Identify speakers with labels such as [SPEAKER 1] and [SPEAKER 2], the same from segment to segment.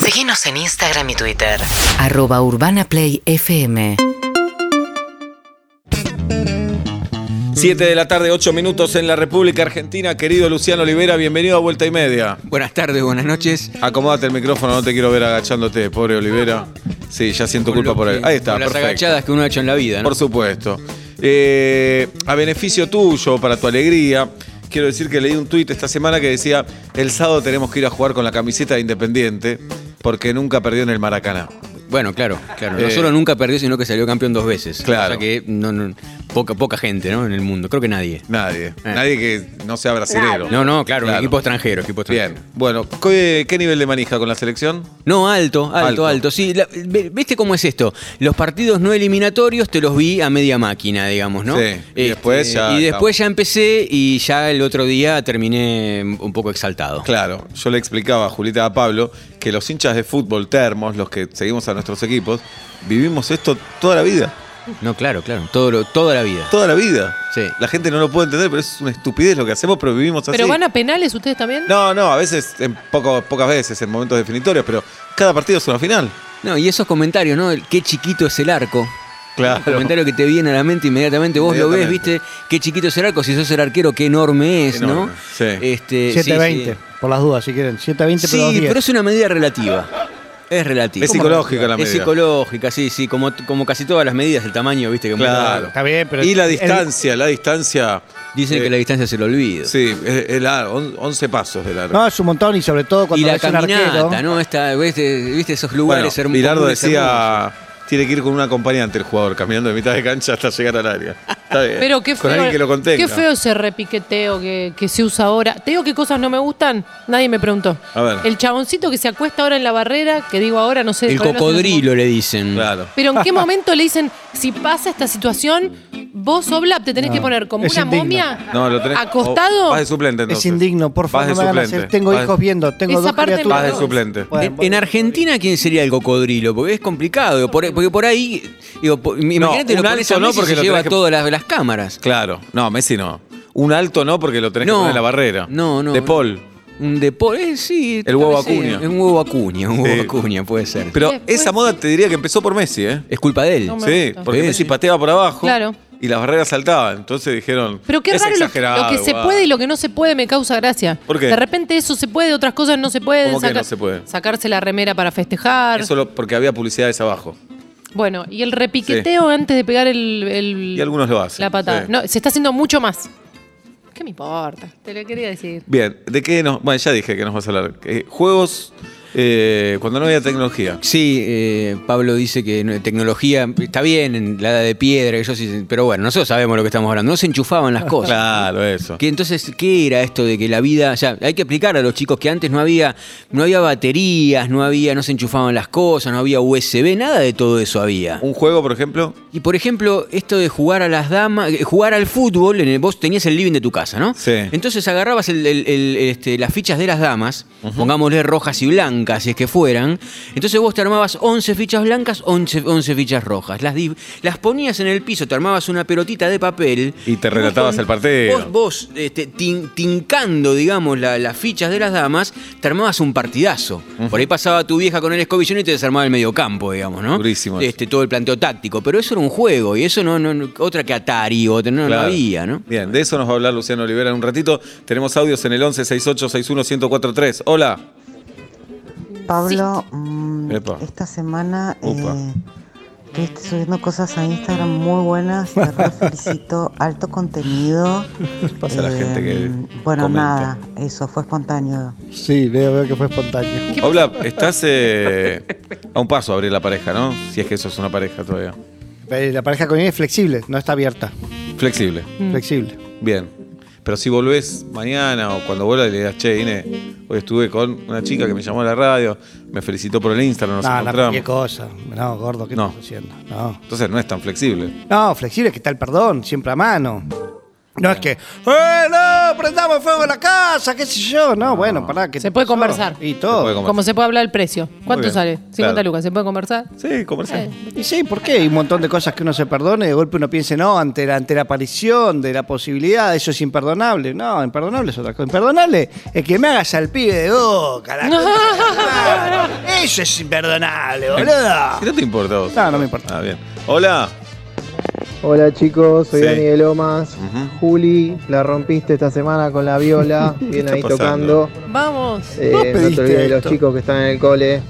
[SPEAKER 1] Seguinos en Instagram y Twitter.
[SPEAKER 2] arroba urbanaplayfm
[SPEAKER 3] 7 de la tarde, 8 minutos en la República Argentina. Querido Luciano Olivera, bienvenido a Vuelta y Media.
[SPEAKER 4] Buenas tardes, buenas noches.
[SPEAKER 3] Acomódate el micrófono, no te quiero ver agachándote, pobre Olivera. Sí, ya siento
[SPEAKER 4] Con
[SPEAKER 3] culpa
[SPEAKER 4] lo
[SPEAKER 3] por
[SPEAKER 4] que-
[SPEAKER 3] él. Ahí está,
[SPEAKER 4] con las
[SPEAKER 3] perfecto.
[SPEAKER 4] agachadas que uno ha hecho en la vida, ¿no?
[SPEAKER 3] Por supuesto. Eh, a beneficio tuyo, para tu alegría, quiero decir que leí un tuit esta semana que decía, el sábado tenemos que ir a jugar con la camiseta de Independiente porque nunca perdió en el Maracaná.
[SPEAKER 4] Bueno, claro, claro.
[SPEAKER 3] Eh.
[SPEAKER 4] No solo nunca perdió, sino que salió campeón dos veces.
[SPEAKER 3] Claro.
[SPEAKER 4] O sea que no- no- poca, poca gente, ¿no? En el mundo. Creo que nadie.
[SPEAKER 3] Nadie.
[SPEAKER 4] Eh.
[SPEAKER 3] Nadie que no sea brasilero.
[SPEAKER 4] No, no, claro,
[SPEAKER 3] Claro.
[SPEAKER 4] equipo extranjero, equipo extranjero.
[SPEAKER 3] Bien. Bueno, ¿qué, qué nivel de manija con la selección?
[SPEAKER 4] No, alto, alto,
[SPEAKER 3] Alto.
[SPEAKER 4] alto. Sí, la- ve- ¿viste cómo es esto? Los partidos no eliminatorios te los vi a media máquina, digamos, ¿no? Este,
[SPEAKER 3] Sí, y después ya
[SPEAKER 4] Y después ya empecé y ya el otro día terminé un poco exaltado.
[SPEAKER 3] Claro, yo le explicaba a Julieta a Pablo que los hinchas de fútbol termos, los que seguimos a nuestros equipos, vivimos esto toda la vida.
[SPEAKER 4] No, claro, claro. Todo lo- toda la vida.
[SPEAKER 3] Toda la vida.
[SPEAKER 4] Sí.
[SPEAKER 3] La gente no lo puede entender, pero es una estupidez lo que hacemos, pero vivimos así.
[SPEAKER 5] ¿Pero van a penales ustedes también?
[SPEAKER 3] No, no, a veces, en poco- pocas veces, en momentos definitorios, pero cada partido es una final.
[SPEAKER 4] No, y esos comentarios, ¿no? El, Qué chiquito es el arco.
[SPEAKER 3] Claro.
[SPEAKER 4] El comentario que te viene a la mente inmediatamente. Vos lo ves,
[SPEAKER 3] Inmediatamente.
[SPEAKER 4] viste, qué chiquito es el arco. Si sos el arquero, qué enorme es,
[SPEAKER 3] Enorme,
[SPEAKER 4] ¿no?
[SPEAKER 3] sí.
[SPEAKER 4] Este, sí,
[SPEAKER 6] 720,
[SPEAKER 4] sí.
[SPEAKER 6] por las dudas, si quieren. 720,
[SPEAKER 4] Sí,
[SPEAKER 6] pero
[SPEAKER 4] pero,
[SPEAKER 6] 210.
[SPEAKER 4] es una medida relativa. Es relativa.
[SPEAKER 3] Es psicológica la
[SPEAKER 4] Es
[SPEAKER 3] medida.
[SPEAKER 4] psicológica, sí, sí. Como, como casi todas las medidas, el tamaño, viste, que
[SPEAKER 3] Claro.
[SPEAKER 6] Está bien, pero-
[SPEAKER 3] Y la
[SPEAKER 6] el-
[SPEAKER 3] distancia, la distancia.
[SPEAKER 4] Dicen
[SPEAKER 3] eh,
[SPEAKER 4] que la distancia se lo olvida.
[SPEAKER 3] Sí, es, es largo, on- 11 pasos de largo.
[SPEAKER 6] No, es un montón y sobre todo
[SPEAKER 4] Y
[SPEAKER 6] cuando
[SPEAKER 4] la
[SPEAKER 6] es un
[SPEAKER 4] caminata,
[SPEAKER 6] arquero.
[SPEAKER 4] ¿no? Esta, ¿viste, viste esos
[SPEAKER 3] Bueno,
[SPEAKER 4] lugares hermosos.
[SPEAKER 3] Bilardo
[SPEAKER 4] comunes hermosos.
[SPEAKER 3] decía, tiene que ir con un acompañante el jugador, caminando de mitad de cancha hasta llegar al área. Está bien.
[SPEAKER 5] Pero qué
[SPEAKER 3] eh, Con
[SPEAKER 5] feo,
[SPEAKER 3] alguien que lo contenga.
[SPEAKER 5] qué feo ese repiqueteo que, que se usa ahora. Te digo qué cosas no me gustan, nadie me preguntó.
[SPEAKER 3] A ver.
[SPEAKER 5] El chaboncito que se acuesta ahora en la barrera, que digo ahora, no sé.
[SPEAKER 4] El
[SPEAKER 5] todavía no sé
[SPEAKER 4] cocodrilo le dicen.
[SPEAKER 3] Claro.
[SPEAKER 5] cómo- Pero en qué momento le dicen, si pasa esta situación, vos, Oblap, te tenés
[SPEAKER 6] No,
[SPEAKER 5] que poner como
[SPEAKER 6] es
[SPEAKER 5] una
[SPEAKER 6] indigno.
[SPEAKER 5] momia
[SPEAKER 3] No, lo tenés. Oh,
[SPEAKER 5] acostado.
[SPEAKER 3] o Vas de suplente entonces.
[SPEAKER 6] Es indigno, por favor,
[SPEAKER 3] Vas
[SPEAKER 6] no
[SPEAKER 3] de
[SPEAKER 6] me hagan
[SPEAKER 3] suplente.
[SPEAKER 6] hacer. Tengo
[SPEAKER 3] Vas de-
[SPEAKER 6] hijos viendo, tengo
[SPEAKER 5] Esa
[SPEAKER 6] dos
[SPEAKER 5] parte no.
[SPEAKER 6] criaturas.
[SPEAKER 3] Vas de suplente.
[SPEAKER 6] Bueno,
[SPEAKER 4] En- en Argentina, ¿quién sería el cocodrilo? Porque es complicado. por- porque por ahí. Digo, po- imagínate
[SPEAKER 3] un
[SPEAKER 4] lo pones
[SPEAKER 3] alto
[SPEAKER 4] a
[SPEAKER 3] no,
[SPEAKER 4] Messi
[SPEAKER 3] porque
[SPEAKER 4] se
[SPEAKER 3] lo
[SPEAKER 4] lleva
[SPEAKER 3] tenés que-
[SPEAKER 4] todas las, las cámaras.
[SPEAKER 3] Claro. No, Messi no. Un alto no, porque lo tenés que
[SPEAKER 4] No.
[SPEAKER 3] poner en la barrera.
[SPEAKER 4] No, no,
[SPEAKER 3] De
[SPEAKER 4] no.
[SPEAKER 3] Paul.
[SPEAKER 4] Un de po- eh, sí.
[SPEAKER 3] El huevo
[SPEAKER 4] tal vez sí,
[SPEAKER 3] Acuña.
[SPEAKER 4] Un huevo acuña, un huevo
[SPEAKER 3] Sí.
[SPEAKER 4] acuña, puede ser.
[SPEAKER 3] Pero
[SPEAKER 5] Después
[SPEAKER 3] esa moda te diría que empezó por Messi, ¿eh?
[SPEAKER 4] es culpa de él.
[SPEAKER 5] No me-
[SPEAKER 3] Sí,
[SPEAKER 5] gusta.
[SPEAKER 3] porque
[SPEAKER 4] Sí,
[SPEAKER 3] Messi
[SPEAKER 4] sí.
[SPEAKER 3] pateaba por abajo
[SPEAKER 5] Claro.
[SPEAKER 3] y las barreras saltaban. Entonces dijeron,
[SPEAKER 5] Pero qué
[SPEAKER 3] es
[SPEAKER 5] raro lo-
[SPEAKER 3] exagerado.
[SPEAKER 5] lo, que se
[SPEAKER 3] guau".
[SPEAKER 5] puede y lo que no se puede me causa gracia.
[SPEAKER 3] ¿Por qué?
[SPEAKER 5] De repente eso se puede, otras cosas no se pueden.
[SPEAKER 3] ¿Cómo que no se puede?
[SPEAKER 5] Sacarse la remera para festejar.
[SPEAKER 3] Eso lo- porque había publicidades abajo.
[SPEAKER 5] Bueno, y el repiqueteo antes de pegar el, el-
[SPEAKER 3] Y algunos lo hacen,
[SPEAKER 5] La patada.
[SPEAKER 3] sí.
[SPEAKER 5] No, se está haciendo mucho más. ¿Qué me importa? Te lo quería decir.
[SPEAKER 3] Bien, ¿de qué nos...? Bueno, ya dije que nos vas a hablar. Eh, juegos eh, cuando no había tecnología.
[SPEAKER 4] Sí, eh, Pablo dice que no- tecnología está bien, en la edad de piedra, que yo sí- pero bueno, nosotros sabemos lo que estamos hablando. No se enchufaban las cosas.
[SPEAKER 3] Claro, eso.
[SPEAKER 4] Que entonces, ¿qué era esto de que la vida, o sea, hay que explicar a los chicos que antes no había, no había baterías, no había, no se enchufaban las cosas, no había USB, nada de todo eso había.
[SPEAKER 3] Un juego, por ejemplo,
[SPEAKER 4] Y por ejemplo, esto de jugar a las damas, eh, jugar al fútbol, en el- vos tenías el living de tu casa, ¿no?
[SPEAKER 3] Sí.
[SPEAKER 4] Entonces agarrabas el- el- el- este, las fichas de las damas, pongámosle rojas y blancas, si es que fueran. Entonces vos te armabas 11 fichas blancas, 11, 11 fichas rojas. Las, div- las ponías en el piso, te armabas una pelotita de papel.
[SPEAKER 3] Y te
[SPEAKER 4] vos
[SPEAKER 3] relatabas
[SPEAKER 4] con-
[SPEAKER 3] el partido.
[SPEAKER 4] Vos, vos, este, tin- tincando, digamos, la- las fichas de las damas, te armabas un partidazo. Por ahí pasaba tu vieja con el escobillón y te desarmaba el mediocampo, digamos, ¿no?
[SPEAKER 3] Durísimo eso.
[SPEAKER 4] Este, este, todo el planteo táctico, pero eso era un juego y eso no, no, no- otra que Atari o no, no
[SPEAKER 3] Claro.
[SPEAKER 4] había, ¿no?
[SPEAKER 3] Bien, de eso nos va a hablar Luciano Olivera en un ratito. Tenemos audios en el 11 68 61 1043. Hola.
[SPEAKER 7] Pablo, mm,
[SPEAKER 3] Epa.
[SPEAKER 7] esta semana
[SPEAKER 3] Upa.
[SPEAKER 7] eh, estuviste subiendo cosas a Instagram muy buenas. Te re felicito, alto contenido. Em,
[SPEAKER 3] Pasa a la gente que
[SPEAKER 7] Bueno,
[SPEAKER 3] comenta.
[SPEAKER 7] nada, eso fue espontáneo.
[SPEAKER 6] Sí, veo, veo que fue espontáneo.
[SPEAKER 3] Hola, estás eh, a un paso de abrir la pareja, ¿no? Si es que eso es una pareja todavía.
[SPEAKER 6] Eh, La pareja con él es flexible, no está abierta.
[SPEAKER 3] Flexible.
[SPEAKER 5] Mm.
[SPEAKER 6] Flexible.
[SPEAKER 3] Bien. Pero si volvés mañana o cuando vuelvas le das, che, Ine, hoy estuve con una chica que me llamó a la radio, me felicitó por el Instagram, nos
[SPEAKER 6] no, no,
[SPEAKER 3] encontramos.
[SPEAKER 6] qué cosa. No, gordo, ¿qué
[SPEAKER 3] No.
[SPEAKER 6] estás haciendo? No.
[SPEAKER 3] Entonces no es tan flexible.
[SPEAKER 6] No, flexible es que está el perdón, siempre a mano. No es que, ¡eh, no! ¡Prendamos fuego en la casa! ¿Qué sé yo? No, bueno, pará. ¿qué
[SPEAKER 5] Se
[SPEAKER 6] te
[SPEAKER 5] puede
[SPEAKER 6] pasó?
[SPEAKER 5] conversar.
[SPEAKER 3] Se puede
[SPEAKER 6] Y todo.
[SPEAKER 3] conversar.
[SPEAKER 5] Como se puede hablar el precio. ¿Cuánto
[SPEAKER 3] bien,
[SPEAKER 5] sale? 50
[SPEAKER 3] claro.
[SPEAKER 5] lucas. ¿Se puede conversar?
[SPEAKER 3] Sí, conversamos.
[SPEAKER 5] Eh.
[SPEAKER 6] Y sí, ¿por qué? Hay un montón de cosas que uno se perdone y de golpe uno piense, no, ante la, ante la aparición de la posibilidad, eso es imperdonable. No, imperdonable es otra cosa. Imperdonable es que me hagas al pibe de boca. La concha de tu madre. Eso es imperdonable, boludo.
[SPEAKER 3] ¿Qué Eh, no te importa a vos?
[SPEAKER 6] No, no me importa.
[SPEAKER 3] Ah, bien. Hola.
[SPEAKER 8] Hola chicos, soy
[SPEAKER 3] Sí.
[SPEAKER 8] Dani de Lomas.
[SPEAKER 3] Ujú.
[SPEAKER 8] Juli, la rompiste esta semana con la viola, bien
[SPEAKER 3] está
[SPEAKER 8] ahí
[SPEAKER 3] pasando?
[SPEAKER 8] tocando.
[SPEAKER 5] Vamos.
[SPEAKER 8] Eh,
[SPEAKER 6] Vos
[SPEAKER 8] no
[SPEAKER 6] pediste
[SPEAKER 8] te olvides de los
[SPEAKER 6] esto.
[SPEAKER 8] chicos que están en el cole.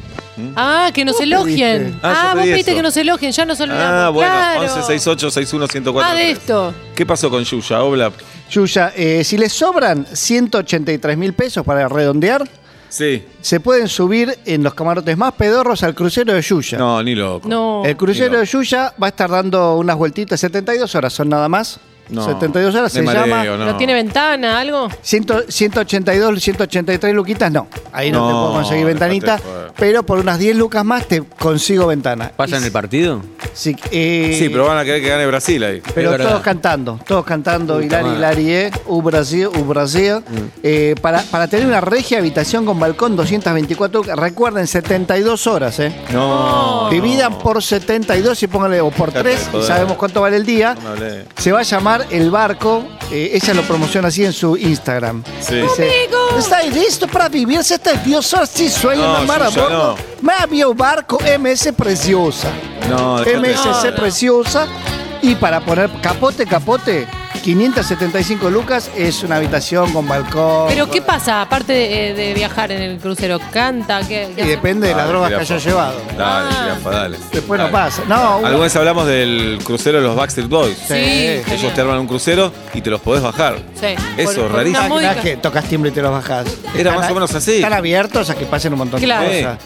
[SPEAKER 5] Ah, que nos elogien.
[SPEAKER 6] pediste.
[SPEAKER 3] ¿Mm? Ah, yo
[SPEAKER 5] Ah, vos
[SPEAKER 3] pedí
[SPEAKER 5] pediste
[SPEAKER 3] eso.
[SPEAKER 5] que nos elogien, ya nos olvidamos.
[SPEAKER 3] Ah, bueno,
[SPEAKER 5] claro.
[SPEAKER 3] 1168 61
[SPEAKER 5] Ah, de esto.
[SPEAKER 3] ¿Qué pasó con Yuya? Obla.
[SPEAKER 6] Yuya, eh, si les sobran 183 mil pesos para redondear,
[SPEAKER 3] Sí.
[SPEAKER 6] se pueden subir en los camarotes más pedorros al crucero de Yuya.
[SPEAKER 3] No, ni loco.
[SPEAKER 5] No.
[SPEAKER 6] El crucero de Yuya va a estar dando unas vueltitas, 72 horas son nada más.
[SPEAKER 3] No.
[SPEAKER 6] 72 horas
[SPEAKER 3] Me
[SPEAKER 6] se
[SPEAKER 3] mareo,
[SPEAKER 6] llama.
[SPEAKER 3] no.
[SPEAKER 5] ¿No tiene ventana, algo?
[SPEAKER 6] Ciento- 182, 183 luquitas, no. Ahí no, te
[SPEAKER 3] No,
[SPEAKER 6] puedo conseguir
[SPEAKER 3] déjate
[SPEAKER 6] ventanita,
[SPEAKER 3] joder.
[SPEAKER 6] pero por unas 10 lucas más te consigo ventana.
[SPEAKER 4] ¿Pasan
[SPEAKER 6] Y-
[SPEAKER 4] el partido?
[SPEAKER 6] sí, eh,
[SPEAKER 3] Sí, pero van a querer que gane Brasil ahí.
[SPEAKER 6] pero
[SPEAKER 4] Es verdad.
[SPEAKER 6] todos cantando, todos cantando,
[SPEAKER 4] Puta
[SPEAKER 6] Hilari,
[SPEAKER 4] madre.
[SPEAKER 6] Hilari, eh, U Brasil, U Brasil.
[SPEAKER 3] Mm.
[SPEAKER 6] Eh, para, para tener una regia habitación con balcón 224 lucas, recuerden, 72 horas, ¿eh?
[SPEAKER 3] No.
[SPEAKER 6] Dividan por 72 y pónganle, o por
[SPEAKER 3] Déjate de
[SPEAKER 6] 3, y
[SPEAKER 3] joder.
[SPEAKER 6] sabemos cuánto vale el día.
[SPEAKER 3] No me hablé.
[SPEAKER 6] Se va a llamar El Barco. eh, ella lo promociona así en su Instagram.
[SPEAKER 3] Sí.
[SPEAKER 6] ¿Estáis listo para vivir 72 horas sin sueño
[SPEAKER 3] No,
[SPEAKER 6] en mar a
[SPEAKER 3] Susa,
[SPEAKER 6] bordo? Me un barco MS Preciosa.
[SPEAKER 3] No, déjate de
[SPEAKER 6] MSC
[SPEAKER 3] joder.
[SPEAKER 6] Preciosa. Y para poner capote, capote, 575 lucas es una habitación con balcón.
[SPEAKER 5] ¿Pero qué pasa, aparte de, eh, de viajar en el crucero? ¿Canta? ¿Qué, qué
[SPEAKER 6] y
[SPEAKER 5] hace?
[SPEAKER 6] depende de las
[SPEAKER 3] Dale,
[SPEAKER 6] drogas que
[SPEAKER 3] jirafa.
[SPEAKER 6] haya llevado.
[SPEAKER 3] Dale,
[SPEAKER 5] Ah.
[SPEAKER 3] jirafa, dale.
[SPEAKER 6] Después no
[SPEAKER 3] Dale.
[SPEAKER 6] pasa. No, un-
[SPEAKER 3] Alguna vez hablamos del crucero de los Backstreet Boys.
[SPEAKER 5] Sí,
[SPEAKER 6] Sí,
[SPEAKER 5] genial.
[SPEAKER 3] Ellos te arman un crucero y te los podés bajar.
[SPEAKER 5] Sí.
[SPEAKER 3] Eso,
[SPEAKER 5] Por- por
[SPEAKER 3] rarísimo.
[SPEAKER 5] una
[SPEAKER 6] Imaginás
[SPEAKER 5] módica-
[SPEAKER 6] que tocas timbre y te los bajás.
[SPEAKER 3] Era
[SPEAKER 6] Están
[SPEAKER 3] más
[SPEAKER 6] a-
[SPEAKER 3] o menos así.
[SPEAKER 6] Están abiertos a que pasen un montón
[SPEAKER 5] Claro.
[SPEAKER 6] de
[SPEAKER 3] Sí.
[SPEAKER 6] cosas.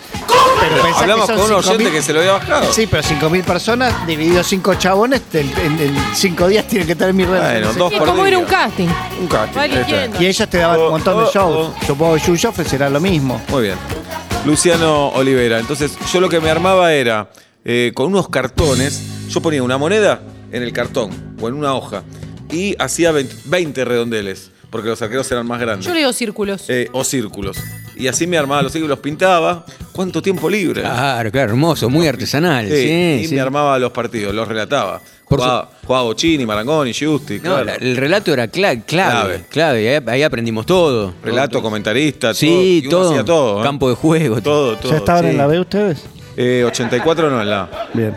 [SPEAKER 6] Pero pensá que
[SPEAKER 3] Hablamos
[SPEAKER 6] son
[SPEAKER 3] con un
[SPEAKER 6] 5.000.
[SPEAKER 3] oyente que se lo había bajado.
[SPEAKER 6] Sí, pero 5.000 personas dividido 5 chabones, te- en- en 5 días tienen que estar en mi red.
[SPEAKER 3] Bueno, dos
[SPEAKER 5] Es
[SPEAKER 3] por
[SPEAKER 5] como
[SPEAKER 3] día.
[SPEAKER 5] ir a un casting.
[SPEAKER 3] Un casting.
[SPEAKER 5] Va
[SPEAKER 3] ahí está.
[SPEAKER 5] eligiendo.
[SPEAKER 6] Y ellas te daban
[SPEAKER 3] Oh,
[SPEAKER 6] un montón
[SPEAKER 3] oh,
[SPEAKER 6] de shows. Supongo que Yuya ofrecerá lo mismo.
[SPEAKER 3] Muy bien. Luciano Olivera. Entonces, yo lo que me armaba era, eh, con unos cartones, yo ponía una moneda en el cartón o en una hoja y hacía 20, 20 redondeles, porque los arqueros eran más grandes.
[SPEAKER 5] Yo le digo círculos.
[SPEAKER 3] Eh, o círculos. Y así me armaba los círculos, los pintaba. ¿Cuánto tiempo libre?
[SPEAKER 4] Claro, claro, hermoso, muy artesanal.
[SPEAKER 3] Sí,
[SPEAKER 4] Ah, Sí,
[SPEAKER 3] y
[SPEAKER 4] sí.
[SPEAKER 3] me armaba los partidos, los relataba.
[SPEAKER 4] Por
[SPEAKER 3] jugaba, jugaba Bochini, Marangoni, Giusti,
[SPEAKER 4] No,
[SPEAKER 3] claro.
[SPEAKER 4] la- el relato era cla- clave,
[SPEAKER 3] Clave.
[SPEAKER 4] clave, y ahí, ahí aprendimos todo.
[SPEAKER 3] Relato, comentarista, todo.
[SPEAKER 4] Sí,
[SPEAKER 3] y uno
[SPEAKER 4] todo.
[SPEAKER 3] hacía todo ¿eh?
[SPEAKER 4] Campo de juego.
[SPEAKER 3] Todo, todo.
[SPEAKER 6] ¿Ya estaban
[SPEAKER 3] sí.
[SPEAKER 6] en la B ustedes?
[SPEAKER 3] Eh, 84 no en la.
[SPEAKER 6] Bien.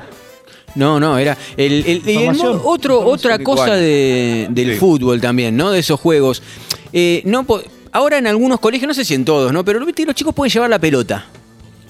[SPEAKER 4] No, no, era. El, el- y el
[SPEAKER 6] Formación.
[SPEAKER 4] mo- otro, otra cosa de- del
[SPEAKER 3] Sí.
[SPEAKER 4] fútbol también, ¿no? De esos juegos. Eh, no po- ahora en algunos colegios, no sé si en todos, ¿no? Pero ¿viste? los chicos pueden llevar la pelota.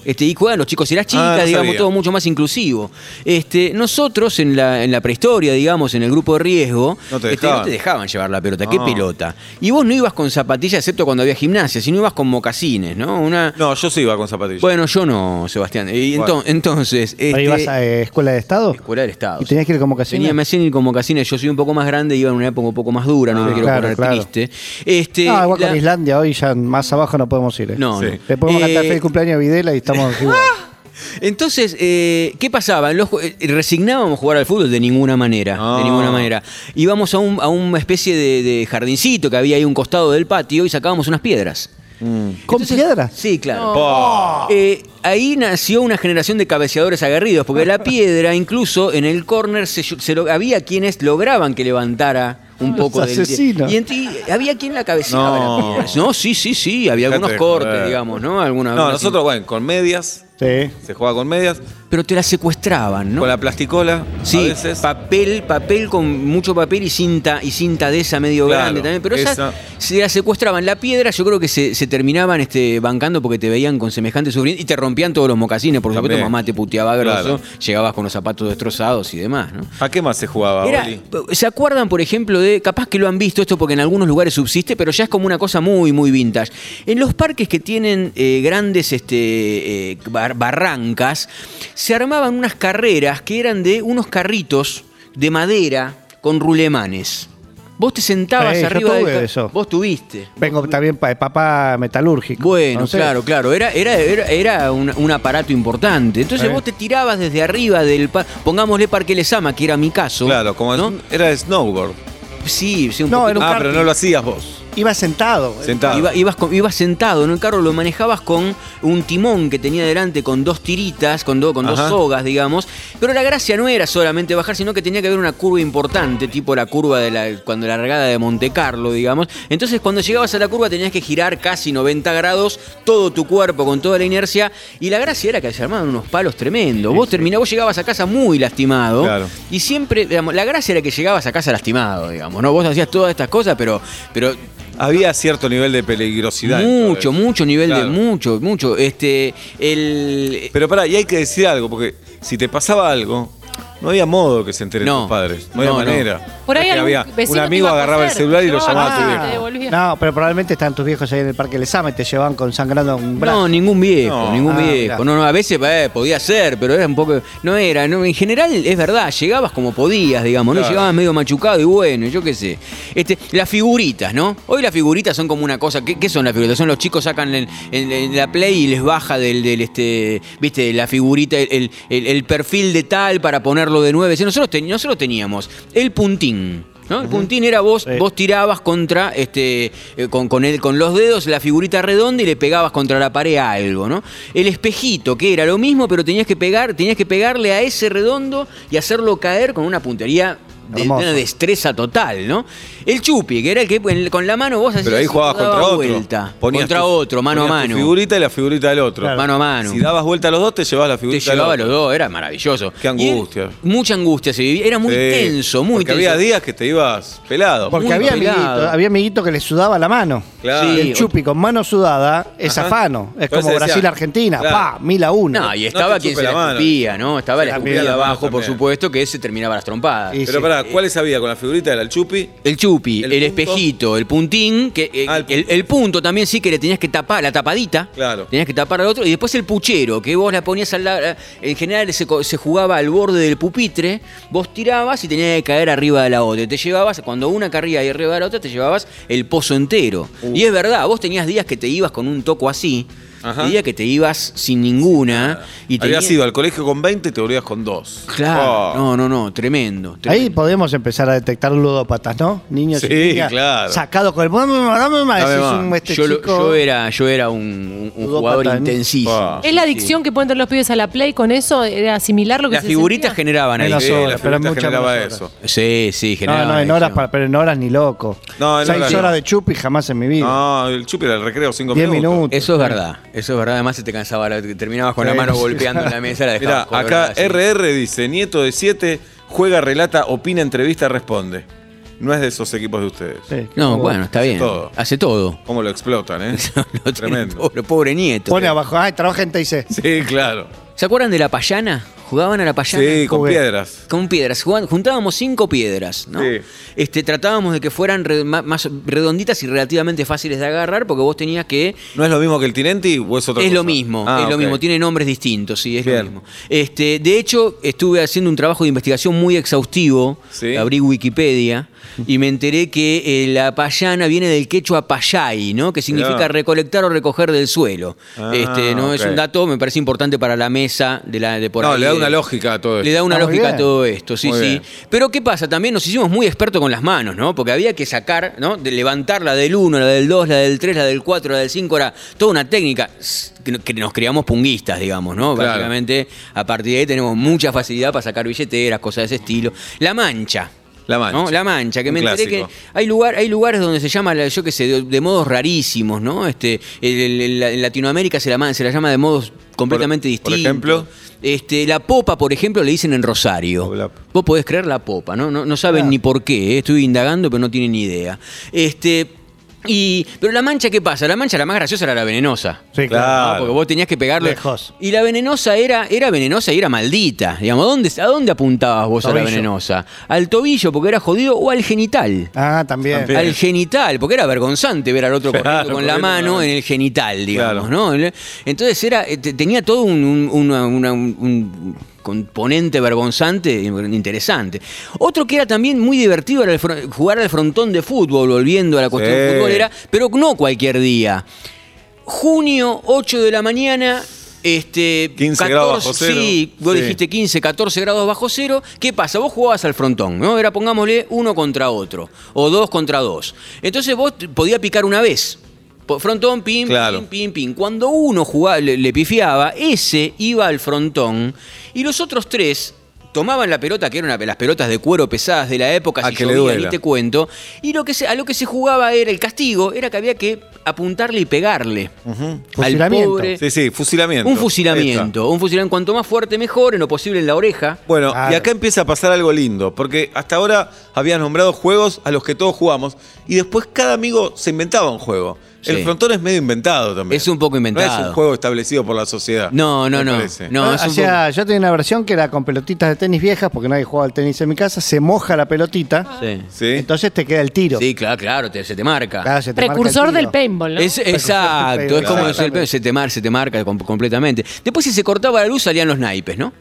[SPEAKER 4] Este, y juegan los chicos y las chicas,
[SPEAKER 3] Ah, no
[SPEAKER 4] digamos,
[SPEAKER 3] sabía.
[SPEAKER 4] todo mucho más inclusivo. Este, nosotros en la, en la prehistoria, digamos, en el grupo de riesgo,
[SPEAKER 3] No te
[SPEAKER 4] este,
[SPEAKER 3] dejaban.
[SPEAKER 4] dejaban llevar la pelota. ¿Qué
[SPEAKER 3] No.
[SPEAKER 4] pelota? Y vos no ibas con zapatillas, excepto cuando había gimnasia, sino ibas con mocasines, ¿no? Una,
[SPEAKER 3] No, yo sí iba con zapatillas.
[SPEAKER 4] Bueno, yo no, Sebastián. Y ento-
[SPEAKER 3] Bueno.
[SPEAKER 4] entonces.
[SPEAKER 6] ¿Ahí
[SPEAKER 4] este,
[SPEAKER 6] ibas a eh, escuela de Estado?
[SPEAKER 4] Escuela del Estado.
[SPEAKER 6] ¿Y tenías que ir como
[SPEAKER 4] Tenía,
[SPEAKER 6] casino?
[SPEAKER 4] me hacían ir como casines. Yo soy un poco más grande, iba en una época un poco más dura, no me
[SPEAKER 6] Ah,
[SPEAKER 4] quiero
[SPEAKER 6] claro,
[SPEAKER 4] poner
[SPEAKER 6] claro.
[SPEAKER 4] triste. Este,
[SPEAKER 6] No, igual
[SPEAKER 4] la-
[SPEAKER 6] con Islandia, hoy ya más abajo no podemos ir. ¿eh?
[SPEAKER 4] No,
[SPEAKER 3] Sí.
[SPEAKER 4] no.
[SPEAKER 6] Le podemos cantar
[SPEAKER 4] Eh,
[SPEAKER 6] feliz cumpleaños a Videla y estamos igual.
[SPEAKER 4] Entonces, eh, ¿qué pasaba? En los ju- eh, resignábamos jugar al fútbol de ninguna manera.
[SPEAKER 3] Ah.
[SPEAKER 4] De ninguna manera. Íbamos a, un- a una especie de, de jardincito que había ahí a un costado del patio y sacábamos unas piedras.
[SPEAKER 6] ¿Con
[SPEAKER 4] Entonces-
[SPEAKER 6] piedras?
[SPEAKER 4] Sí, claro.
[SPEAKER 3] Oh.
[SPEAKER 4] Eh, ahí nació una generación de cabeceadores aguerridos, porque la piedra, incluso en el córner, se, se lo- había quienes lograban que levantara un
[SPEAKER 6] Los
[SPEAKER 4] poco del
[SPEAKER 6] asesinos.
[SPEAKER 4] Y, en ti- había quien la cabeceaba.
[SPEAKER 3] No.
[SPEAKER 4] la piedra. no, sí, sí, sí. Había
[SPEAKER 3] Dejate
[SPEAKER 4] algunos
[SPEAKER 3] de
[SPEAKER 4] cortes,
[SPEAKER 3] joder.
[SPEAKER 4] digamos, ¿no? Alguna,
[SPEAKER 3] no, nosotros, bueno, con medias.
[SPEAKER 6] Sí.
[SPEAKER 3] Se juega con medias.
[SPEAKER 4] Pero te la secuestraban, ¿no?
[SPEAKER 3] Con la plasticola.
[SPEAKER 4] Sí,
[SPEAKER 3] A veces.
[SPEAKER 4] papel, papel con mucho papel y cinta y cinta de esa medio
[SPEAKER 3] Claro,
[SPEAKER 4] grande también, pero esa,
[SPEAKER 3] esa.
[SPEAKER 4] se la secuestraban. La piedra yo creo que se, se terminaban este, bancando porque te veían con semejante sufrimiento y te rompían todos los mocasines, por supuesto
[SPEAKER 3] También.
[SPEAKER 4] mamá te puteaba grosso,
[SPEAKER 3] Claro.
[SPEAKER 4] llegabas con los zapatos destrozados y demás, ¿no?
[SPEAKER 3] ¿A qué más se jugaba,
[SPEAKER 4] Era-
[SPEAKER 3] Oli?
[SPEAKER 4] ¿Se acuerdan, por ejemplo, de, capaz que lo han visto esto porque en algunos lugares subsiste, pero ya es como una cosa muy, muy vintage? En los parques que tienen eh, grandes este, eh, bar- barrancas, se armaban unas carreras que eran de unos carritos de madera con rulemanes. Vos te sentabas
[SPEAKER 6] Eh, yo
[SPEAKER 4] arriba del
[SPEAKER 6] tuve
[SPEAKER 4] ca-
[SPEAKER 6] eso.
[SPEAKER 4] Vos tuviste.
[SPEAKER 6] Vengo también pa- de papá metalúrgico.
[SPEAKER 4] Bueno,
[SPEAKER 6] Entonces,
[SPEAKER 4] claro, claro. Era, era, era, era un, un aparato importante. Entonces
[SPEAKER 6] Eh.
[SPEAKER 4] vos te tirabas desde arriba del... pa- Pongámosle Parque Lesama, que era mi caso.
[SPEAKER 3] Claro, como
[SPEAKER 4] ¿no?
[SPEAKER 3] era de snowboard.
[SPEAKER 4] Sí, sí, un
[SPEAKER 6] No,
[SPEAKER 4] poquito.
[SPEAKER 6] Era un
[SPEAKER 3] ah,
[SPEAKER 6] karting.
[SPEAKER 3] pero no lo hacías vos.
[SPEAKER 6] Iba sentado.
[SPEAKER 3] Sentado.
[SPEAKER 4] Iba- ibas, con- ibas sentado en el carro, lo manejabas con un timón que tenía delante con dos tiritas, con, do- con dos
[SPEAKER 3] Ajá.
[SPEAKER 4] sogas, digamos. Pero la gracia no era solamente bajar, sino que tenía que haber una curva importante, tipo la curva de la, cuando la regada de Monte Carlo, digamos. Entonces, cuando llegabas a la curva, tenías que girar casi 90 grados todo tu cuerpo con toda la inercia. Y la gracia era que se armaban unos palos tremendos. Vos terminabas, vos llegabas a casa muy lastimado.
[SPEAKER 3] Claro.
[SPEAKER 4] Y siempre, digamos, la gracia era que llegabas a casa lastimado, digamos, ¿no? Vos hacías todas estas cosas, pero, pero
[SPEAKER 3] Había cierto nivel de peligrosidad.
[SPEAKER 4] mucho,
[SPEAKER 3] entonces.
[SPEAKER 4] mucho nivel
[SPEAKER 3] Claro.
[SPEAKER 4] de mucho, mucho. Este, el
[SPEAKER 3] Pero pará, y hay que decir algo, porque si te pasaba algo, no había modo que se enteren
[SPEAKER 4] No,
[SPEAKER 3] tus padres. No había
[SPEAKER 4] no, no.
[SPEAKER 3] manera.
[SPEAKER 5] Por
[SPEAKER 3] No es
[SPEAKER 5] ahí
[SPEAKER 3] que
[SPEAKER 5] algún
[SPEAKER 3] había-
[SPEAKER 5] vecino
[SPEAKER 3] un
[SPEAKER 5] te
[SPEAKER 3] amigo
[SPEAKER 5] iba a
[SPEAKER 3] agarraba el
[SPEAKER 5] coser, Ah,
[SPEAKER 3] celular y lo
[SPEAKER 5] llevaba
[SPEAKER 3] llamaba a tu
[SPEAKER 5] plata,
[SPEAKER 3] viejo.
[SPEAKER 5] te devolvía.
[SPEAKER 6] Ah, No, pero probablemente están tus viejos ahí en el Parque Lesame, te llevan con sangrando un brazo.
[SPEAKER 4] no, ningún viejo,
[SPEAKER 3] No.
[SPEAKER 4] ningún
[SPEAKER 6] Ah,
[SPEAKER 4] viejo.
[SPEAKER 6] mirá.
[SPEAKER 4] No, no, a veces eh, podía ser, pero era un poco. No era, no, en general es verdad, llegabas como podías, digamos, ¿no?
[SPEAKER 3] Claro.
[SPEAKER 4] Llegabas medio machucado y bueno, yo qué sé. Este, las figuritas, ¿no? Hoy las figuritas son como una cosa. ¿Qué, qué son las figuritas? Son los chicos sacan en, en- en la play y les baja del, del, este, viste, la figurita, el, el- el perfil de tal para ponerlo de nueve. Si Nosotros, ten- nosotros teníamos el puntín. ¿No? El puntín era vos,
[SPEAKER 6] Sí.
[SPEAKER 4] vos tirabas contra, este, eh, con, con, el, con los dedos la figurita redonda y le pegabas contra la pared a algo, ¿no? El espejito, que era lo mismo, pero tenías que pegar, tenías que pegarle a ese redondo y hacerlo caer con una puntería de,
[SPEAKER 6] Hermoso.
[SPEAKER 4] una destreza total, ¿no? El chupi, que era el que en- con la mano vos hacías
[SPEAKER 3] Pero ahí
[SPEAKER 4] así,
[SPEAKER 3] jugabas
[SPEAKER 4] daba
[SPEAKER 3] contra otro.
[SPEAKER 4] vuelta,
[SPEAKER 3] Ponías
[SPEAKER 4] contra
[SPEAKER 3] tu-
[SPEAKER 4] otro, mano a
[SPEAKER 3] ponías tu
[SPEAKER 4] mano.
[SPEAKER 3] figurita y la figurita del otro.
[SPEAKER 6] Claro.
[SPEAKER 4] Mano a mano.
[SPEAKER 3] Si dabas vuelta a los dos, te llevabas la
[SPEAKER 4] Te
[SPEAKER 3] figurita del
[SPEAKER 4] llevaba
[SPEAKER 3] otro.
[SPEAKER 4] los dos, era maravilloso.
[SPEAKER 3] Qué
[SPEAKER 4] Y él-
[SPEAKER 3] angustia.
[SPEAKER 4] mucha angustia se vivía, era muy
[SPEAKER 3] Sí,
[SPEAKER 4] tenso, muy
[SPEAKER 3] porque
[SPEAKER 4] tenso.
[SPEAKER 3] había días que te ibas pelado.
[SPEAKER 6] Porque
[SPEAKER 4] Muy
[SPEAKER 6] había
[SPEAKER 4] pelado.
[SPEAKER 6] amiguito, había amiguito que le sudaba la mano.
[SPEAKER 3] Claro.
[SPEAKER 4] Sí,
[SPEAKER 6] El chupi con mano sudada es
[SPEAKER 3] Ajá.
[SPEAKER 6] afano. Es
[SPEAKER 3] Por eso
[SPEAKER 6] como
[SPEAKER 3] decía,
[SPEAKER 6] Brasil-Argentina.
[SPEAKER 3] claro.
[SPEAKER 6] Pa, mil a uno.
[SPEAKER 4] No, y estaba
[SPEAKER 3] te
[SPEAKER 4] quien
[SPEAKER 3] chupe
[SPEAKER 4] se
[SPEAKER 3] la
[SPEAKER 4] la
[SPEAKER 3] mano.
[SPEAKER 4] escupía, ¿no? Estaba la escupía
[SPEAKER 6] también,
[SPEAKER 3] la
[SPEAKER 4] de
[SPEAKER 3] mano
[SPEAKER 4] abajo, por
[SPEAKER 3] también.
[SPEAKER 4] supuesto, que ese terminaba las trompadas.
[SPEAKER 6] Y-
[SPEAKER 3] Pero
[SPEAKER 6] sí.
[SPEAKER 3] pará, ¿cuáles había? ¿Con la figurita era el chupi?
[SPEAKER 4] El chupi,
[SPEAKER 3] El
[SPEAKER 4] el,
[SPEAKER 3] punto.
[SPEAKER 4] espejito, el puntín, que eh,
[SPEAKER 3] Ah, el
[SPEAKER 4] el, el punto también sí que le tenías que tapar, la tapadita.
[SPEAKER 3] Claro.
[SPEAKER 4] Tenías que tapar al otro. Y después el puchero, que vos la ponías al lado. En general se, co- se jugaba al borde del pupitre, vos tirabas y tenías que caer arriba de la otra. Te llevabas, cuando una carría y arriba de la otra, te llevabas el pozo entero. Y es verdad, vos tenías días que te ibas con un toco así,
[SPEAKER 3] Ajá.
[SPEAKER 4] y días que te ibas sin ninguna. Y
[SPEAKER 3] Habías
[SPEAKER 4] tenías-
[SPEAKER 3] ido al colegio con 20 y te volvías con dos.
[SPEAKER 4] Claro,
[SPEAKER 3] Oh.
[SPEAKER 4] no, no, no, tremendo. tremendo.
[SPEAKER 6] Ahí podemos empezar a detectar ludópatas, ¿no? Niños
[SPEAKER 3] Sí,
[SPEAKER 6] y niñas
[SPEAKER 3] claro.
[SPEAKER 6] sacados con el... Dame más, dame más.
[SPEAKER 3] Dame
[SPEAKER 6] Ese es
[SPEAKER 3] más.
[SPEAKER 6] un- este
[SPEAKER 4] yo, lo-
[SPEAKER 6] chico-
[SPEAKER 4] yo era, yo era un, un- un
[SPEAKER 6] Ludópata,
[SPEAKER 4] jugador
[SPEAKER 6] ¿no?
[SPEAKER 4] intensísimo.
[SPEAKER 3] Ah.
[SPEAKER 5] Es la adicción que pueden tener los pibes a la Play con eso, era similar lo que
[SPEAKER 4] Las
[SPEAKER 5] se
[SPEAKER 4] figuritas
[SPEAKER 5] sentía.
[SPEAKER 4] generaban ahí.
[SPEAKER 6] Menos
[SPEAKER 3] Sí,
[SPEAKER 6] horas,
[SPEAKER 3] la
[SPEAKER 6] pero en
[SPEAKER 3] figurita
[SPEAKER 6] muchas
[SPEAKER 3] generaba
[SPEAKER 6] menos
[SPEAKER 3] eso.
[SPEAKER 4] Sí, sí,
[SPEAKER 6] No,
[SPEAKER 4] generaban.
[SPEAKER 6] no, en
[SPEAKER 4] adicción.
[SPEAKER 6] horas, para- pero en horas ni loco.
[SPEAKER 3] No, en
[SPEAKER 6] Seis
[SPEAKER 3] horas no.
[SPEAKER 6] horas de chupi jamás en mi vida.
[SPEAKER 3] No, el chupi era el recreo, 5
[SPEAKER 6] Diez
[SPEAKER 3] minutos.
[SPEAKER 6] minutos.
[SPEAKER 4] Eso es verdad, eso es verdad. Además, se te cansaba, la- te terminabas con la
[SPEAKER 6] Sí,
[SPEAKER 4] mano
[SPEAKER 6] sí.
[SPEAKER 4] golpeando en la mesa. La
[SPEAKER 3] Mirá,
[SPEAKER 4] dejabas
[SPEAKER 3] acá
[SPEAKER 4] colgada, sí.
[SPEAKER 3] RR dice, nieto de 7, juega, relata, opina, entrevista, responde. No es de esos equipos de ustedes.
[SPEAKER 6] Sí, qué
[SPEAKER 4] No,
[SPEAKER 6] joder.
[SPEAKER 4] bueno, está bien.
[SPEAKER 3] todo.
[SPEAKER 4] Hace todo.
[SPEAKER 3] ¿Cómo lo explotan, eh?
[SPEAKER 4] Lo tiene
[SPEAKER 3] Tremendo.
[SPEAKER 4] Pobre, pobre nieto.
[SPEAKER 6] Pone abajo, ay, trabaja en TIC.
[SPEAKER 3] Sí, claro.
[SPEAKER 4] ¿Se acuerdan de la payana? ¿Jugaban a la payana?
[SPEAKER 3] Sí, con
[SPEAKER 6] jugué.
[SPEAKER 3] piedras.
[SPEAKER 4] Con piedras, jugaban- juntábamos cinco piedras, ¿no?
[SPEAKER 3] Sí.
[SPEAKER 4] Este, tratábamos de que fueran re- ma- más redonditas y relativamente fáciles de agarrar, porque vos tenías que
[SPEAKER 3] ¿No es lo mismo que el Tinenti o es otra
[SPEAKER 4] es
[SPEAKER 3] cosa?
[SPEAKER 4] lo mismo,
[SPEAKER 3] Ah,
[SPEAKER 4] es lo
[SPEAKER 3] ok.
[SPEAKER 4] mismo, tiene nombres distintos, sí, es
[SPEAKER 3] Bien.
[SPEAKER 4] lo mismo. Este, de hecho, estuve haciendo un trabajo de investigación muy exhaustivo,
[SPEAKER 3] Sí.
[SPEAKER 4] abrí Wikipedia y me enteré que eh, la payana viene del quechua payay, ¿no? Que significa
[SPEAKER 3] Mirá.
[SPEAKER 4] recolectar o recoger del suelo.
[SPEAKER 3] Ah,
[SPEAKER 4] este, no es
[SPEAKER 3] ok.
[SPEAKER 4] un dato, me parece importante para la mesa de la de por
[SPEAKER 3] No,
[SPEAKER 4] ahí eh,
[SPEAKER 3] le da
[SPEAKER 4] de-
[SPEAKER 3] una lógica a todo esto.
[SPEAKER 4] le da una
[SPEAKER 6] Ah, muy
[SPEAKER 4] lógica a
[SPEAKER 6] bien.
[SPEAKER 4] todo esto, sí,
[SPEAKER 3] Muy
[SPEAKER 4] sí.
[SPEAKER 3] bien.
[SPEAKER 4] Pero ¿qué pasa? También nos hicimos muy expertos con las manos, ¿no? Porque había que sacar, ¿no? De levantar la del 1, la del 2, la del 3, la del 4, la del 5, era toda una técnica s- que no- que nos creamos punguistas, digamos, ¿no?
[SPEAKER 3] Claro.
[SPEAKER 4] Básicamente, a partir de ahí tenemos mucha facilidad para sacar billeteras, cosas de ese estilo. La mancha.
[SPEAKER 3] La mancha.
[SPEAKER 4] ¿no? La mancha, que
[SPEAKER 3] Un
[SPEAKER 4] me enteré
[SPEAKER 3] clásico.
[SPEAKER 4] que hay, lugar, hay lugares donde se llama, la- yo qué sé, de, de modos rarísimos, ¿no? Este, el- el- el- la- en Latinoamérica se la, man- se la llama de modos completamente
[SPEAKER 3] por
[SPEAKER 4] distintos.
[SPEAKER 3] ejemplo.
[SPEAKER 4] Este, la popa, por ejemplo, le dicen en Rosario.
[SPEAKER 3] Hola.
[SPEAKER 4] Vos podés creer la popa, ¿no? No, no saben
[SPEAKER 3] Ah.
[SPEAKER 4] ni por qué, eh. estoy indagando, pero no tienen ni idea. Este, y, pero la mancha, ¿qué pasa? La mancha, la más graciosa era la venenosa.
[SPEAKER 3] Claro.
[SPEAKER 6] Sí, claro.
[SPEAKER 4] ¿no? Ah, Porque vos tenías que pegarle.
[SPEAKER 6] Lejos.
[SPEAKER 4] Y la venenosa era, era venenosa y era maldita. Digamos, ¿a dónde, a dónde apuntabas vos a la
[SPEAKER 6] Tobillo.
[SPEAKER 4] venenosa? Al tobillo, porque era jodido, o al genital.
[SPEAKER 6] Ah, también.
[SPEAKER 3] También.
[SPEAKER 4] Al genital, porque era vergonzante ver al otro
[SPEAKER 3] Claro,
[SPEAKER 4] corriendo con
[SPEAKER 3] corriendo
[SPEAKER 4] la
[SPEAKER 3] con la
[SPEAKER 4] mano
[SPEAKER 3] mano.
[SPEAKER 4] en el genital, digamos,
[SPEAKER 3] Claro.
[SPEAKER 4] ¿no? El- Entonces era, eh, te- tenía todo un, un- una- una- un- un componente vergonzante interesante. Otro que era también muy divertido era el fro- jugar al frontón de fútbol, volviendo a la cuestión
[SPEAKER 3] Sí.
[SPEAKER 4] futbolera, pero no cualquier día. Junio, 8 de la mañana, Este,
[SPEAKER 3] 15 grados bajo cero.
[SPEAKER 4] Sí, vos
[SPEAKER 3] Sí.
[SPEAKER 4] dijiste 15, 14 grados bajo cero. ¿Qué pasa? Vos jugabas al frontón, ¿no? Era, pongámosle, uno contra otro, o dos contra dos. Entonces vos t- podías picar una vez. Po- Frontón, pim,
[SPEAKER 3] Claro.
[SPEAKER 4] pim, pim, pim. Cuando uno jugaba, le, le pifiaba, ese iba al frontón y los otros tres tomaban la pelota, que eran una- las pelotas de cuero pesadas de la época,
[SPEAKER 3] A
[SPEAKER 4] si
[SPEAKER 3] que le
[SPEAKER 4] llovían,
[SPEAKER 3] duela.
[SPEAKER 4] y te cuento. Y lo que se- a lo que se jugaba era el castigo, era que había que apuntarle y pegarle al
[SPEAKER 6] Fusilamiento.
[SPEAKER 4] pobre.
[SPEAKER 3] Sí, sí, fusilamiento.
[SPEAKER 4] Un
[SPEAKER 3] Ahí está.
[SPEAKER 4] fusilamiento, un fusilamiento. Cuanto más fuerte, mejor, en lo posible en la oreja.
[SPEAKER 3] Bueno,
[SPEAKER 6] Claro.
[SPEAKER 3] y acá empieza a pasar algo lindo, porque hasta ahora habías nombrado juegos a los que todos jugamos, y después cada amigo se inventaba un juego. El
[SPEAKER 4] Sí.
[SPEAKER 3] frontón es medio inventado también.
[SPEAKER 4] Es un poco
[SPEAKER 3] No es
[SPEAKER 4] inventado.
[SPEAKER 3] un juego establecido por la sociedad.
[SPEAKER 4] No, no,
[SPEAKER 3] me
[SPEAKER 4] no.
[SPEAKER 3] parece.
[SPEAKER 4] No,
[SPEAKER 6] Ah,
[SPEAKER 4] es un
[SPEAKER 6] o sea, yo tenía una versión que era con pelotitas de tenis viejas, porque nadie jugaba al tenis en mi casa, se moja la pelotita,
[SPEAKER 4] poco- Sí.
[SPEAKER 3] ¿Sí?
[SPEAKER 6] entonces te queda el tiro.
[SPEAKER 4] Sí, claro, claro, te- se te marca.
[SPEAKER 6] Claro, se te marca el
[SPEAKER 5] Precursor del
[SPEAKER 6] tiro.
[SPEAKER 5] paintball, ¿no?
[SPEAKER 4] Es- exacto, es como decir, se te, mar- se te marca com- completamente. Después, si se cortaba la luz, salían los naipes, ¿no?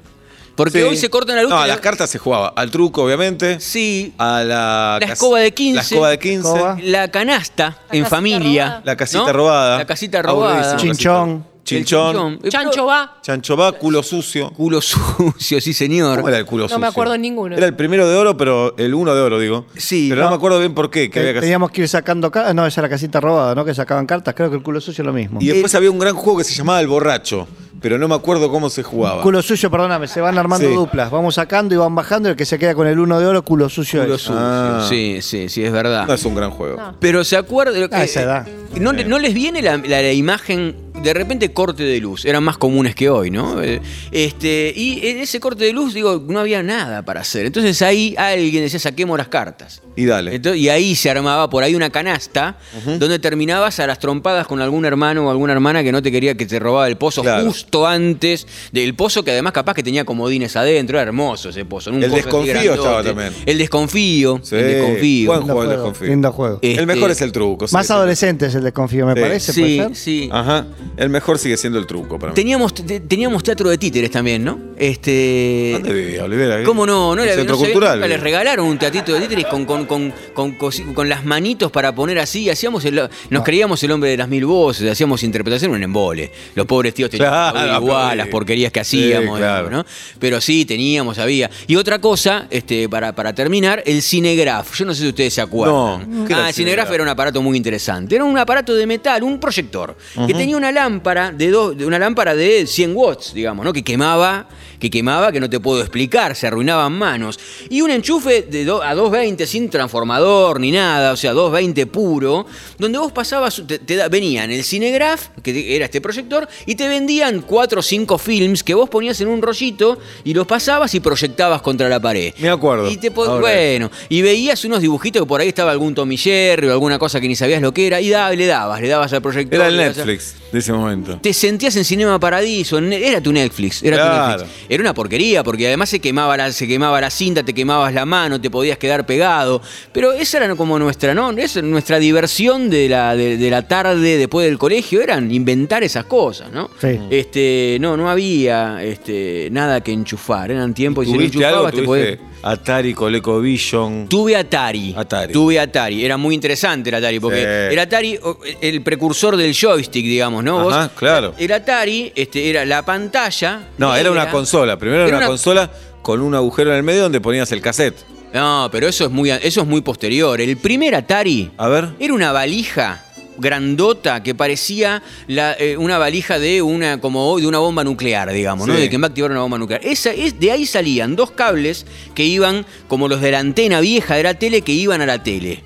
[SPEAKER 4] Porque
[SPEAKER 3] Sí.
[SPEAKER 4] hoy se cortan la luz.
[SPEAKER 3] No,
[SPEAKER 4] y
[SPEAKER 3] a
[SPEAKER 4] la-
[SPEAKER 3] las cartas se jugaba. Al truco, obviamente.
[SPEAKER 4] Sí,
[SPEAKER 3] A la.
[SPEAKER 4] La
[SPEAKER 3] cas-
[SPEAKER 4] escoba de 15.
[SPEAKER 3] La escoba de 15.
[SPEAKER 6] Escoba.
[SPEAKER 4] la canasta
[SPEAKER 5] La
[SPEAKER 4] en
[SPEAKER 5] casita
[SPEAKER 4] familia.
[SPEAKER 5] robada.
[SPEAKER 3] Ah. La casita
[SPEAKER 4] ¿no?
[SPEAKER 3] robada.
[SPEAKER 4] La casita robada.
[SPEAKER 3] Aburridísimo,
[SPEAKER 6] Chinchón.
[SPEAKER 3] casita.
[SPEAKER 4] El
[SPEAKER 3] Chinchón.
[SPEAKER 4] Eh,
[SPEAKER 5] Chancho va.
[SPEAKER 3] Chanchobá, culo sucio.
[SPEAKER 4] Culo sucio, sí, señor.
[SPEAKER 3] ¿Cómo era el culo
[SPEAKER 5] No
[SPEAKER 3] sucio?
[SPEAKER 5] me acuerdo en ninguno.
[SPEAKER 3] Era el primero de oro, pero el uno de oro, digo.
[SPEAKER 4] Sí,
[SPEAKER 3] Pero no,
[SPEAKER 4] no.
[SPEAKER 3] me acuerdo bien por qué. Que había
[SPEAKER 6] Te-
[SPEAKER 3] que hacer.
[SPEAKER 6] Teníamos que ir sacando cartas. No, esa era la casita robada, ¿no? Que sacaban cartas. Creo que el culo sucio es lo mismo.
[SPEAKER 3] Y después había un gran juego que se llamaba El Borracho, pero no me acuerdo cómo se jugaba.
[SPEAKER 6] Culo sucio, perdóname, se van armando
[SPEAKER 3] Sí.
[SPEAKER 6] duplas. Vamos sacando y van bajando. Y el que se queda con el uno de oro, culo sucio.
[SPEAKER 4] Culo
[SPEAKER 6] es.
[SPEAKER 4] sucio.
[SPEAKER 3] Ah.
[SPEAKER 4] Sí, sí, sí, es verdad.
[SPEAKER 3] No es un gran juego.
[SPEAKER 5] No.
[SPEAKER 4] Pero se acuerda. eh,
[SPEAKER 6] A esa edad.
[SPEAKER 4] No, le- no les viene la, la- la imagen de repente corte de luz. Eran más comunes que hoy, ¿no? Eh, Este, y en ese corte de luz, digo, no había nada para hacer. Entonces ahí alguien decía, saquemos las cartas.
[SPEAKER 3] Y dale.
[SPEAKER 4] Ento- y ahí se armaba por ahí una canasta donde terminabas a las trompadas con algún hermano o alguna hermana que no te quería que te robaba el pozo
[SPEAKER 3] Claro.
[SPEAKER 4] justo antes del pozo que además capaz que tenía comodines adentro. Era hermoso ese pozo. en un
[SPEAKER 3] El
[SPEAKER 4] cofre así
[SPEAKER 3] desconfío estaba
[SPEAKER 4] grandote.
[SPEAKER 3] también.
[SPEAKER 4] El desconfío.
[SPEAKER 3] Sí,
[SPEAKER 4] El desconfío.
[SPEAKER 3] buen
[SPEAKER 6] Lindo
[SPEAKER 3] juego, el
[SPEAKER 6] juego,
[SPEAKER 3] desconfío.
[SPEAKER 6] lindo juego.
[SPEAKER 4] Eh,
[SPEAKER 3] El mejor es el truco. sí,
[SPEAKER 6] Más
[SPEAKER 3] sí.
[SPEAKER 6] adolescente es el desconfío, me
[SPEAKER 3] Sí.
[SPEAKER 6] parece. ¿puede
[SPEAKER 4] Sí,
[SPEAKER 6] ser?
[SPEAKER 4] sí.
[SPEAKER 3] Ajá. El mejor sigue siendo el truco para mí.
[SPEAKER 4] Teníamos, te- teníamos teatro de títeres también, ¿no? Este.
[SPEAKER 3] ¿Dónde vivía, Olivera?
[SPEAKER 4] ¿Cómo no? No,
[SPEAKER 3] El
[SPEAKER 4] era-
[SPEAKER 3] centro
[SPEAKER 4] no sabía-
[SPEAKER 3] cultural.
[SPEAKER 4] nunca les regalaron un teatrito de títeres con, con, con, con cosi- con las manitos para poner así. Hacíamos el- nos
[SPEAKER 3] Ah.
[SPEAKER 4] creíamos el hombre de las mil voces, hacíamos interpretación un embole. Los pobres tíos tenían
[SPEAKER 3] Claro,
[SPEAKER 4] que aplaudir igual,
[SPEAKER 3] aplaudir.
[SPEAKER 4] las porquerías que
[SPEAKER 3] Sí,
[SPEAKER 4] hacíamos,
[SPEAKER 3] claro.
[SPEAKER 4] digamos, ¿no? Pero sí, teníamos, había. Y otra cosa, este, para, para terminar, el cinegraf. Yo no sé si ustedes se acuerdan.
[SPEAKER 3] No, ¿qué era
[SPEAKER 4] ah,
[SPEAKER 3] el
[SPEAKER 4] el cinegraf
[SPEAKER 3] Cinegraf?
[SPEAKER 4] era un aparato muy interesante. Era un aparato de metal, un proyector, que tenía una lámpara de dos, de una lámpara de 100 watts, digamos, ¿no? Que quemaba, que quemaba, que no te puedo explicar, se arruinaban manos. Y un enchufe de do- a 220 sin transformador ni nada, o sea, 220 puro, donde vos pasabas, te, te da- venían el cinegraf, que te- era este proyector, y te vendían cuatro o cinco films que vos ponías en un rollito y los pasabas y proyectabas contra la pared.
[SPEAKER 3] Me acuerdo.
[SPEAKER 4] Y te po-
[SPEAKER 3] Ahora.
[SPEAKER 4] bueno, y veías unos dibujitos que por ahí estaba algún Tommy Jerry o alguna cosa que ni sabías lo que era, y da- le dabas, le dabas al proyector.
[SPEAKER 3] Era el
[SPEAKER 4] le dabas a-
[SPEAKER 3] Netflix de ese momento.
[SPEAKER 4] Te sentías en Cinema Paradiso, en- era tu Netflix, era tu
[SPEAKER 3] Claro.
[SPEAKER 4] Netflix. Era una porquería, porque además se quemaba, la, se quemaba la cinta, te quemabas la mano, te podías quedar pegado. Pero esa era como nuestra, ¿no? Esa era nuestra diversión de la, de, de la tarde después del colegio, eran inventar esas cosas, ¿no?
[SPEAKER 6] Sí.
[SPEAKER 4] Este, no, no había este, nada que enchufar, eran tiempos y si lo
[SPEAKER 3] ¿Tuviste algo?
[SPEAKER 4] enchufabas te podías.
[SPEAKER 3] ¿Tuviste Atari, ColecoVision?
[SPEAKER 4] Tuve Atari.
[SPEAKER 3] Atari.
[SPEAKER 4] Tuve Atari. Era muy interesante el Atari, porque
[SPEAKER 3] Sí.
[SPEAKER 4] el Atari, o, el precursor del joystick, digamos, ¿no? Vos-
[SPEAKER 3] Ajá, claro.
[SPEAKER 4] El Atari este, era la pantalla.
[SPEAKER 3] No, era una consola. Primero era
[SPEAKER 4] era
[SPEAKER 3] una
[SPEAKER 4] una-
[SPEAKER 3] consola con un agujero en el medio donde ponías el cassette.
[SPEAKER 4] No, pero eso es muy, eso es muy posterior. El primer Atari
[SPEAKER 3] A ver.
[SPEAKER 4] era una valija grandota que parecía la, eh, una valija de una como de una bomba nuclear, digamos, ¿no?
[SPEAKER 3] Sí.
[SPEAKER 4] De que va a activar una bomba nuclear. Esa es de ahí salían dos cables que iban como los de la antena vieja de la tele que iban a la tele.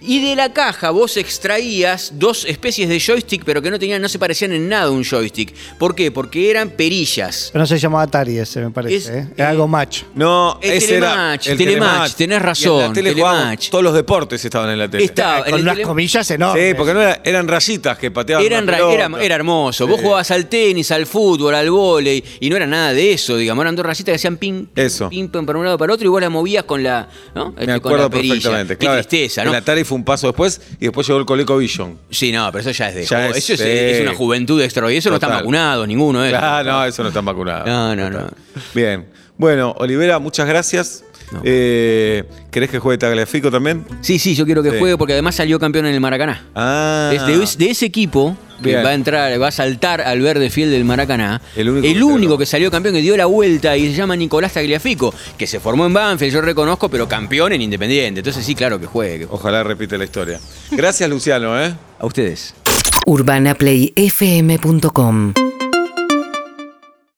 [SPEAKER 4] Y de la caja vos extraías dos especies de joystick, pero que no tenían no se parecían en nada a un joystick. ¿Por qué? Porque eran perillas.
[SPEAKER 6] Pero no se llamaba Atari ese, me parece.
[SPEAKER 4] Es-
[SPEAKER 6] ¿eh? Era algo macho.
[SPEAKER 3] No,
[SPEAKER 4] El
[SPEAKER 3] ese era
[SPEAKER 4] Telematch, Telematch, tenés
[SPEAKER 3] Y en la
[SPEAKER 4] razón,
[SPEAKER 3] tele jugábamos-
[SPEAKER 4] Telematch.
[SPEAKER 3] todos los deportes estaban en la tele.
[SPEAKER 4] Estaba en
[SPEAKER 6] Con
[SPEAKER 4] el
[SPEAKER 6] unas
[SPEAKER 4] tele-
[SPEAKER 6] comillas enormes.
[SPEAKER 3] Sí, porque no era- eran rayitas que pateaban.
[SPEAKER 4] Eran
[SPEAKER 3] la
[SPEAKER 4] ra-
[SPEAKER 3] pelota.
[SPEAKER 4] era, era hermoso. Vos jugabas al tenis, al fútbol, al vóley, y no era nada de eso, digamos. Eran dos rayitas que hacían ping, ping,
[SPEAKER 3] Eso.
[SPEAKER 4] ping, ping, para un lado para el otro, y vos la movías con la, ¿no?
[SPEAKER 3] Me
[SPEAKER 4] Este, con
[SPEAKER 3] acuerdo
[SPEAKER 4] la perilla.
[SPEAKER 3] perfectamente.
[SPEAKER 4] Qué
[SPEAKER 3] claro,
[SPEAKER 4] tristeza, ¿no?
[SPEAKER 3] El Atari fue un paso después y después llegó el ColecoVision.
[SPEAKER 4] Sí, no, pero eso ya es de...
[SPEAKER 3] Ya
[SPEAKER 4] oh,
[SPEAKER 3] es-
[SPEAKER 4] eso es,
[SPEAKER 3] sí.
[SPEAKER 4] es una juventud extra. Y eso no
[SPEAKER 3] Total.
[SPEAKER 4] están vacunados, ninguno de ellos.
[SPEAKER 3] Ah, no, eso no está vacunado.
[SPEAKER 4] No, no, no.
[SPEAKER 3] Bien. Bueno, Olivera, muchas gracias.
[SPEAKER 4] No.
[SPEAKER 3] Eh, ¿Querés que juegue Tagliafico también?
[SPEAKER 4] Sí, sí, yo quiero que
[SPEAKER 3] Sí.
[SPEAKER 4] juegue porque además salió campeón en el Maracaná.
[SPEAKER 3] Ah.
[SPEAKER 4] Este, Es de, de ese equipo que
[SPEAKER 3] Bien.
[SPEAKER 4] va a entrar, va a saltar al verde fiel del Maracaná.
[SPEAKER 3] El único que
[SPEAKER 4] que,
[SPEAKER 3] quedó.
[SPEAKER 4] salió campeón, que dio la vuelta y se llama Nicolás Tagliafico, que se formó en Banfield, yo reconozco, pero campeón en Independiente. Entonces sí, claro que juegue. que juegue.
[SPEAKER 3] Ojalá repite la historia. Gracias, Luciano, ¿eh?
[SPEAKER 4] A ustedes.
[SPEAKER 2] urbanaplayfm.com